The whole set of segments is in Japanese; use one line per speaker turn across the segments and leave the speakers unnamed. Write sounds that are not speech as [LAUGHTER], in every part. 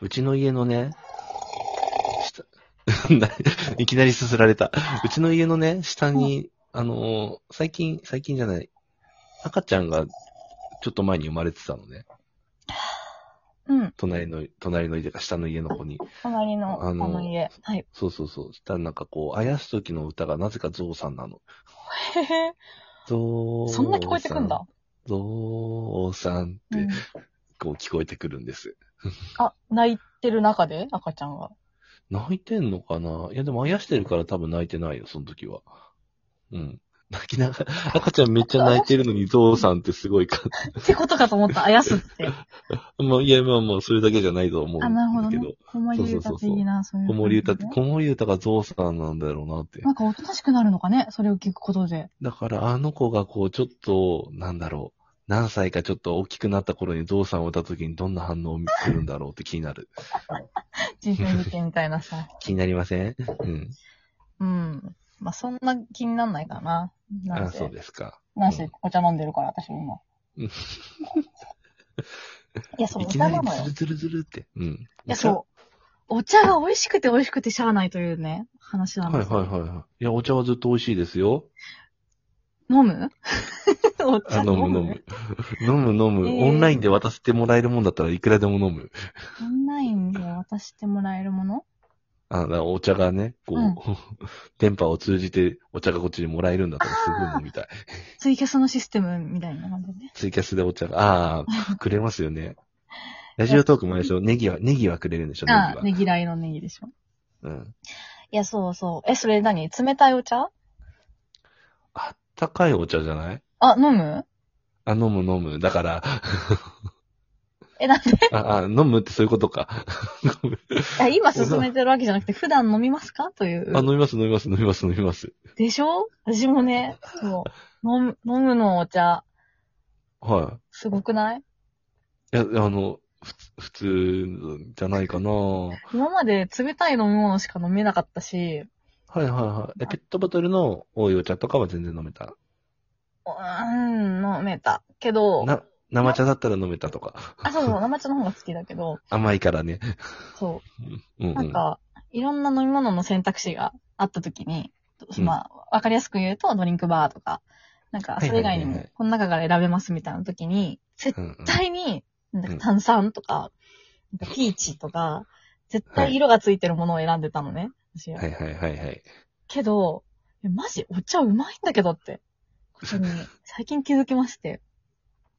うちの家のね、下 [LAUGHS] いきなりすすられた。うちの家のね、下に、あのー最近、最近じゃない、赤ちゃんがちょっと前に生まれてたのね。
うん。
隣の、隣の家か下の家の子に。
隣の、
あ
あ
の
の家。はい。 [LAUGHS]
そうそうそう。したらなんかこう、あやす時の歌がなぜかゾウさんなの。
へへ。
ゾウさん。
そんな聞こえてくんだ。
ゾウさんっ
う
て
ん、
こう聞こえてくるんです。
あ、泣いてる中で赤ちゃんが。
泣いてんのかないや、でも、あやしてるから多分泣いてないよ、その時は。うん。泣きながら、赤ちゃんめっちゃ泣いてるのに、ゾウさんってすごい
[LAUGHS]
か。
ってことかと思った。あやすって。
まあ、いや、まあまあ、それだけじゃないと思うんだ
あ、なるほど
け
ね
ど。。
子守
そ
歌
うそうそうそう
的な、そういう
子
感じ
守
ね。
歌って、子守歌がゾウさんなんだろうなって
な。んかおとなしくなるのかねそれを聞くことで。
だから、あの子がこう、ちょっと、なんだろう。何歳かちょっと大きくなった頃にゾウさんを歌った時にどんな反応を見せるんだろうって気になる。
人生実験みたいなさ。
気になりませんうん。
うん。まあ、そんな気になんないかな。なん
あ、
せ
そうですか。
なんせ
うん
お茶飲んでるから、私も
うん
今。いや、そう、
い
お
き
茶
な
な
り
のよ。
ズル
い
ズルズルって。うん。い
や、そう。お茶が美味しくて美味しくてしゃあないというね、話なん
は
で
い
すよ。
はいはいはい。いや、お茶はずっと美味しいですよ。
飲む [LAUGHS] お茶
あ、
[LAUGHS] 飲
飲
む
む飲む。飲む飲む、
えー
オンラインで渡してもらえるもんだったらいくらでも飲む。
オンラインで渡してもらえるもの
あ、だからお茶がね、こう、
うん
[LAUGHS] 電波を通じてお茶がこっちにもらえるんだったらすごい飲みた
[LAUGHS]
い。
ツイキャスのシステムみたいな感じでね。
ツイキャスでお茶が、あ
[LAUGHS]
あ、くれますよね。ラジオトークもあれでしょ、ネギは、ネギはくれるんでしょ、ネギ
あ
は、。
ねぎらいのネギでしょ。
うん。
いや、そうそう。え、それ何冷たいお茶
あったかいお茶じゃない
あ、飲む
あ、飲む飲む。だから、
[LAUGHS] え、なんで
あ、あ、飲むってそういうこと
[LAUGHS]
か。ごめん
あ今進めてるわけじゃなくて、普段飲みますかという
あ、。飲みます飲みます飲みます飲みます。
でしょ私もね、そう。飲む、飲むのお茶、
はい。
すごくない
いや、あの、ふつ普通じゃないかなはい
今まで冷たい飲み物しか飲めなかったし、
はいはい。え、ペットボトルの多いお茶とかは全然飲めた。
うーん、飲めた。けど、
な、生茶だったら飲めたとか。 [LAUGHS]
あ、そうそう、生茶の方が好きだけど、
甘いからね。
そ
うん、うん。
う、なんか、いろんな飲み物の選択肢があった時に、
うん
まあ、わかりやすく言うと、ドリンクバーとか、なんか、それ以外に
はいはいはい
も
はい、
この中から選べますみたいな時に、絶
うんうん、
対に、なん
う
か
ん
炭酸とか、なんかピーチとか、絶対色がついてるものを選んでたのね。私は
はいはいはいはい。
けど、いやマジお茶うまいんだけどって、こ
[LAUGHS]
とに最近気づきまして。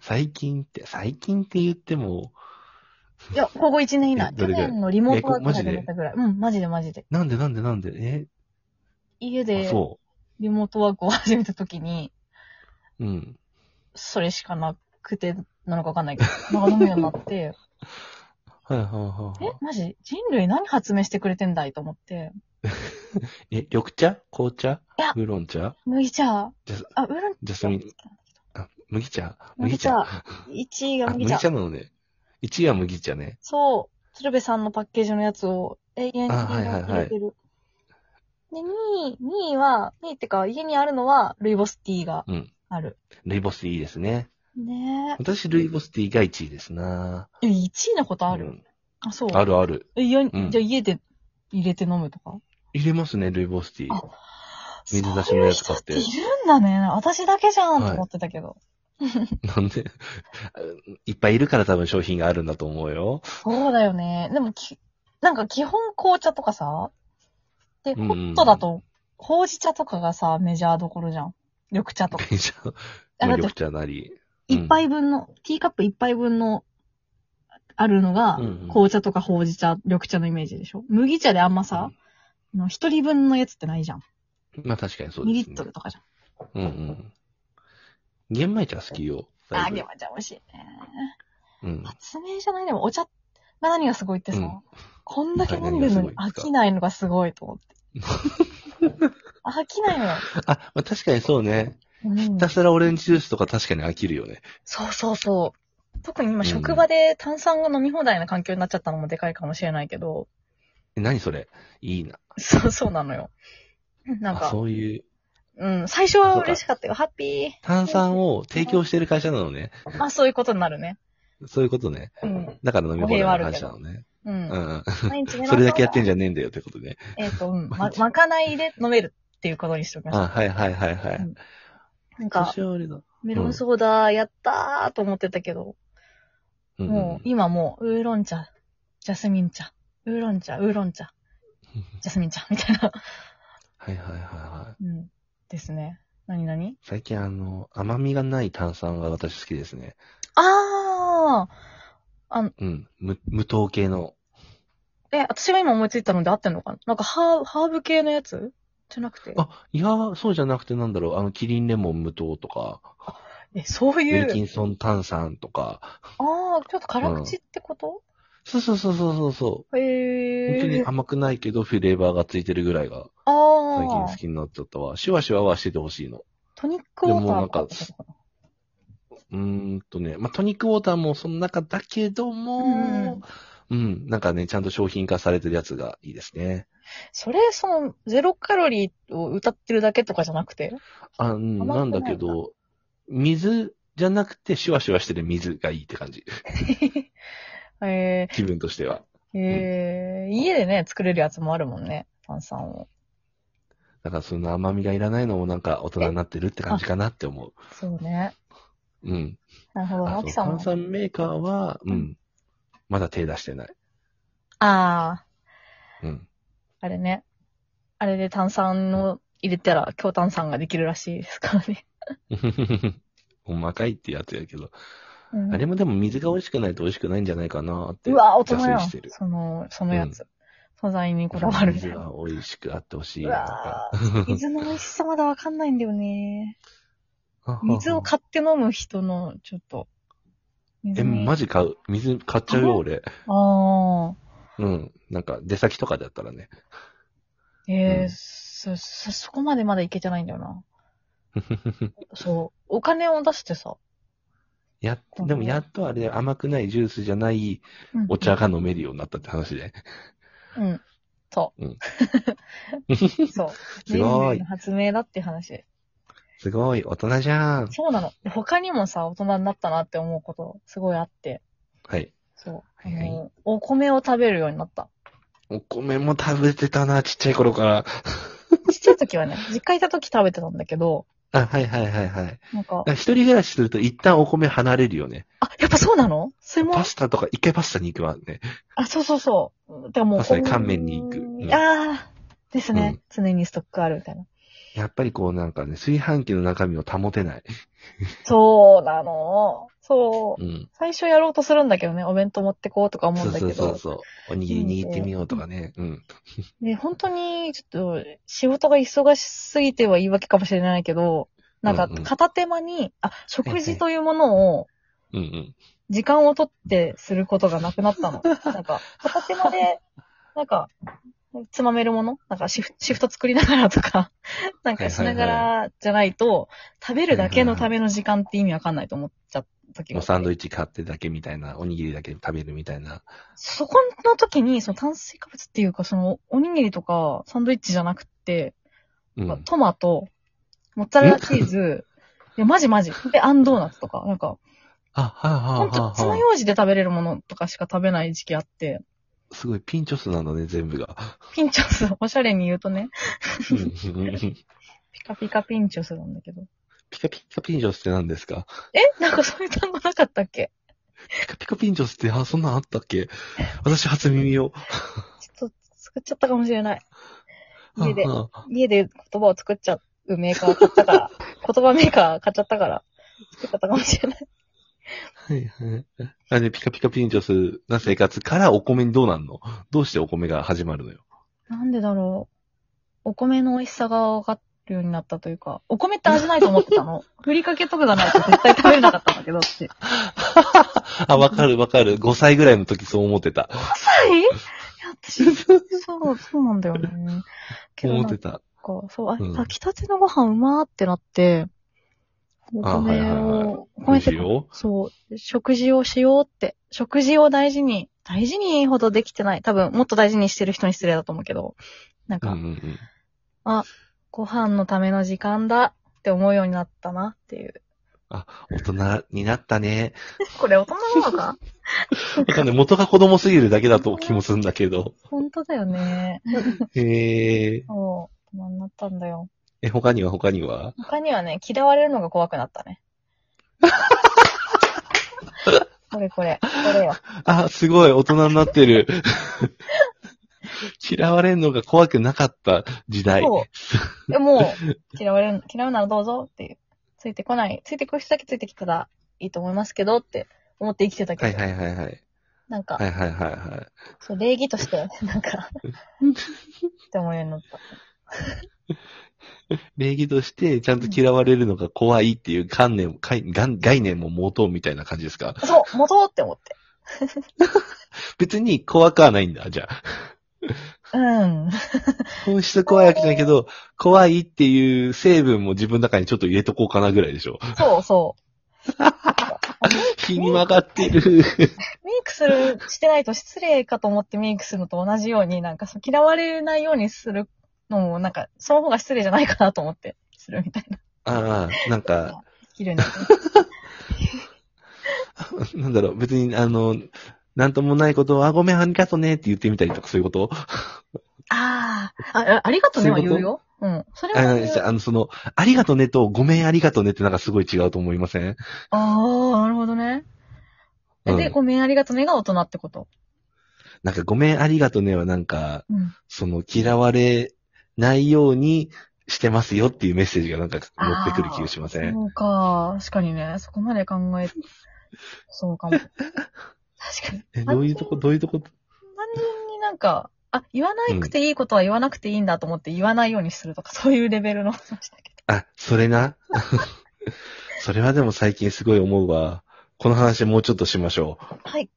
最近って、最近って言っても、
いや、ここ1年以内。
えど
去
れぐらい
年のリモートワー
えこ
ク
マジ
が
で
出たぐらい。うん、マジでマジで。
なんでなんでなんで、
家
えあ
で
そ
リモートワークを始めた時に、
う。うん。
それしかなくて、なのかわかんないけど、 [LAUGHS] なんか飲むように
[LAUGHS]
なって、
はいはいはい
え
は、
マジ人類何発明してくれてんだいと思って、
い。え、緑茶紅茶
いや
ウーロン茶
麦茶
ジャス、
あ、ウーロン
ジャス
茶
ミン、あ、麦茶
麦
麦
茶
茶。
1位が
あ、
麦
麦
茶。
茶なのね。1位は麦茶ね。
そう、鶴瓶さんのパッケージのやつを永遠に
あはいはいはい
入れてる。で、2位、2位は、2位ってか、家にあるのは、ルイボスティーが
うん。
ある。
ルイボスティーいいですね。
ね
私、ルイボスティーが1位ですな
え。え、1位のことある、
うん
あ、そう。
あるある。
え、いや
ん
じゃあ家で入れて飲むとか
入れますね、ルイボスティー
あ。
水出しのやつ買って
そういう人っているんだね。私だけじゃんと思ってたけど。
なんで [LAUGHS] いっぱいいるから多分商品があるんだと思うよ。
そうだよね。でもき、なんか基本紅茶とかさ、で、
うんうん
ホットだと、ほうじ茶とかがさ、メジャーどころじゃん。緑茶とか。
電車 [LAUGHS] の
あ
まあ
だって
緑茶なり。うん
一杯分の、ティーカップ一杯分の、あるのが、
うんうん
紅茶とかほうじ茶、緑茶のイメージでしょ麦茶であんまさ、あの一人分のやつってないじゃん。
まあ確かにそう
2
で
リ
す
ッ
ね
ト。ルとかじゃん。
うんうん。玄米茶好きよ。
あ
だ
ー、
いぶ
でもじゃあ美味しいね。
うん。
発明じゃないでも、お茶が何がすごいってさ、
うん
こんだけ飲んでるの
何がすご
に飽
いですか
きないのがすごいと思って。
[LAUGHS]
飽きないのよ。
あ、まあ確かにそうね。
うん
ひたすらオレンジジュースとか確かに飽きるよね。
そうそうそう。特に
う
今
ん
職場で炭酸が飲み放題な環境になっちゃったのもでかいかもしれないけど、
え何それいいな。
そうそうなのよ。なん
あ、
か、
そういう。
うん、最初は嬉しかったよ。ハッピ
炭酸を提供してる会社なのね。
ー。まあそういうことになるね。
そういうことね。
うん。
だから飲み放題の会社なのね。
う。
うんん。
毎日メロンパンは
それだけやってんじゃねえんだよってことね。
えっ、と、うん。ま、まかないで飲めるっていうことにしておきまし
あ、はいはいはいは
た。う
い。
んなんか
私、はあれだ。
メロンソーダやったーと思ってたけど、
うん
もう今もうウーロン茶、ジャスミン茶、ウーロン茶、ウーロ
[LAUGHS]
ン茶、ジャスミン茶みたいな。
はいはいはいはい。
うん。ですね。なになに
最近あの、甘みがない炭酸が私好きですね。
あ
うん。無、無糖系の。
ーえ、私が今思いついたので合ってんのかななんかハーハーブ系のやつじゃなくて。
あ、いやー、そうじゃなくてなんだろう。あの、キリンレモン無糖とか、
え、そう
ウ
い
ィルキ
う。
ンソン炭酸とか。
ああ、ちょっと辛口ってこと、
そうそうそうそうそうそう。
へえ。
本当に甘くないけど、フレーバーがついてるぐらいが、
あ
最近好
ー
きになっちゃったわ。シュワシュワはしててほしいの。
トニックウォーターとってことか
うーんとね、まあ、トニックウォーターもその中だけども、うん、なんかね、ちゃんと商品化されてるやつがいいですね。
それ、その、ゼロカロリーを歌ってるだけとかじゃなくて
あ、うん
甘くない
なんだけど、水じゃなくて、シュワシュワしてる水がいいって
[LAUGHS]
感じ。
え
気分としては。
ー、えー、家でね、作れるやつもあるもんね、炭酸を。
だからその甘みがいらないのもなんか大人になってるって感じかなって思う。
そうね。
うん。
なるほど、
あ
マ
と
キさん
炭
も。
酸メーカーは、う。
うん
まだ手出してない。
ああ、 [LAUGHS]
うん。
あれね。あれで炭酸を入れたら、強炭酸ができるらしいですからね。
細かいってやつやけど。
うん
あれもでも水が美味しくないと美味しくないんじゃないかなって。
うわ、大人
挫折
やん
して。る
その、そのやつ。素材にこだわるみた
水
いな。
が美味しくあってほしいう
わ
な。
ー水の美味しさまだわかんないんだ
[LAUGHS]
よね。水を買って飲む人の、ちょっと。
え、
水に
マジ買う。水買っちゃうよ、
あ
俺。
ああ。
うん。なんか、出先とかだったらね。
ええ
うん
そ、そ、そこまでまだいけてないんだよな。そう。お金を出してさ。
やっ、でもやっとあれ、甘くないジュースじゃない
うん
お茶。が飲めるようになったって話で。
うん。そう。
うん
[LAUGHS] そう。
すご
人類
い
の。発明だって話。
すごい。大人じゃん。
そうなの。他にもさ、大人になったなって思うこと、すごいあって。
はい。
そう。
は
あ
いはい
の、お米を食べるようになった。
お米も食べてたな、ちっちゃい頃から。
ちっちゃい
[LAUGHS]
時はね、実家いた時食べてたんだけど、
あ、はいはいはいはい。
なんか、
一人暮らしすると一旦お米離れるよね。
あ、やっぱそうなのそれも
パ、スタとか、一回パスタに行くわね。
あ、そうそうそう。でもう、
まさに乾麺に行くうん
ああ、です
う
ね
ん。
常にストックあるみたいな。
やっぱりこうなんかね、炊飯器の中身を保てない。
そうなの。そう。
うん。
最初やろうとするんだけどね、お弁当持ってこうとか思う
そ
ん
う
だ
そ
け
うそう
ど。
そう。おにぎり握ってみようとかね。うん。
で、本当に、ちょっと、仕事が忙しすぎては言い訳かもしれないけど、なんか
うんうん、
片手間に、あ、食事というものを、
うんうん。
時間を取ってすることがなくなっ
[LAUGHS]
たの。なんか、片手間で、なんか、つまめるものなんかシフ、シフト作りながらとか、 [LAUGHS] なんかしな
は
が
い
らじゃないと、食べるだけのための時間って意味わかんないと思っちゃった時
も
があ
う
って。
サンドイッチ買ってだけみたいな、おにぎりだけ食べるみたいな。
そこの時に、その炭水化物っていうか、その、おにぎりとか、サンドイッチじゃなくって、
う
まあ
ん。
トマト、モッツァレラチーズ、いや、マジマジ。で、あんドーナツとか、なんか、
あ、はあ、はあ
ほん
は
と、
あ
爪
は
楊枝で食べれるものとかしか食べない時期あって、
あ。すごいピンチョスなんだね、全部が。
ピンチョス、おしゃれに言うとね、
うん
ピカピカピンチョスなんだけど。
ピカピカピンチョスって何ですか
えなんかそういう単語なかったっけ
ピカピカピンチョスって、あ、そんなんあったっけ私初耳を。
ちょっと、作っちゃったかもしれない。家で、
はあはあ
家で言葉を作っちゃうメーカー買った [LAUGHS] から、言葉メーカー買っちゃったから、作っちゃったかもしれない。
はいはい。あれ、ピカピカピンチョスな生活からお米にどうなんのどうしてお米が始まるのよ。
なんでだろう。お米の美味しさが分かるようになったというか、お米って味ないと思ってた [LAUGHS] の。ふりかけとかがないと絶対食べれなかったんだけどって。
あ、わかるわかる。5歳ぐらいの時そう思ってた。
はいいや、私、そう、そうなんだよね。けど
思
なん
っ
か
て、た。
そう、あ、
うん
炊きたてのご飯うまーってなって、お
あはいはいは
米
い
を、お米って
美味しいよ
そう、食事をしようって、食事を大事に、大事にほどできてない。多分、もっと大事にしてる人に失礼だと思うけど、な
う
ん
ん
か、
うんうん。
ご飯のための時間だって思うようになったなっていう。
大人になったね。
これ大人な
[LAUGHS]
のか
わかんない。元が子供すぎるだけだと気もするんだけど。
本当だよね。
へえ。
そう。大人になったんだよ。
え、他には他には
他にはね、嫌われるのが怖くなった
[LAUGHS]
ね。これこれ。これよ。
あ、すごい、大人になってる。 [LAUGHS] 嫌われるのが怖くなかった時代。 [LAUGHS]
そう。でも、嫌われる、嫌うならどうぞっていう。ついてこない。ついてくる人だけついてきたらいいと思いますけどって思って生きてたけど。
はいはいはいはい。
なんか、
はいはいはいはい。
そう、礼儀と
[LAUGHS]
して、なんか、って思うようになった。
礼儀として、ちゃんと嫌われるのが怖いっていう観念、概概念も持とうみたいな感じですか
そう、戻ろうって思って。
別に怖くはないんだ、じゃあ。 [LAUGHS]
うん。
本質怖いわけじゃないけど、怖いっていう成分も自分の中にちょっと入れとこうかなぐらいでしょ。
そうそう。
気に曲がってる。
メイクする、してないと失礼かと思ってメイクするのと同じように、なんかそう嫌われないようにするのも、なんか、その方が失礼じゃないかなと思って、するみたいな。
ああ、なんか、
生きるようになった
なんだろう、別に、あの、なんともないことを、あ、ごめん、ありがとねって言ってみたりとか、そういうこと [LAUGHS]
ああ、あ、ありがとうねは言うよ。うん。それ
あ
は
の
言う。
あの、その、ありがとねと、ごめんありがとねってなんかすごい違うと思いません
ああ、なるほどね。え
うん
で、ごめんありがとねが大人ってこと。
なんか、ごめんありがとねはなんか、
うん。
その、嫌われないようにしてますよっていうメッセージがなんか持ってくる気がしません
そうか。確かにね。そこまで考え、そうかも。確かに。
え、どういうとこ、どういうとこ、
何人になんか、あ、言わなくていいことは言わなくていいんだと思って言わないようにするとか、そういうレベルの話だけ
あ、それな。 [LAUGHS] それはでも最近すごい思うわ。この話もうちょっとしましょう。
ど。はい。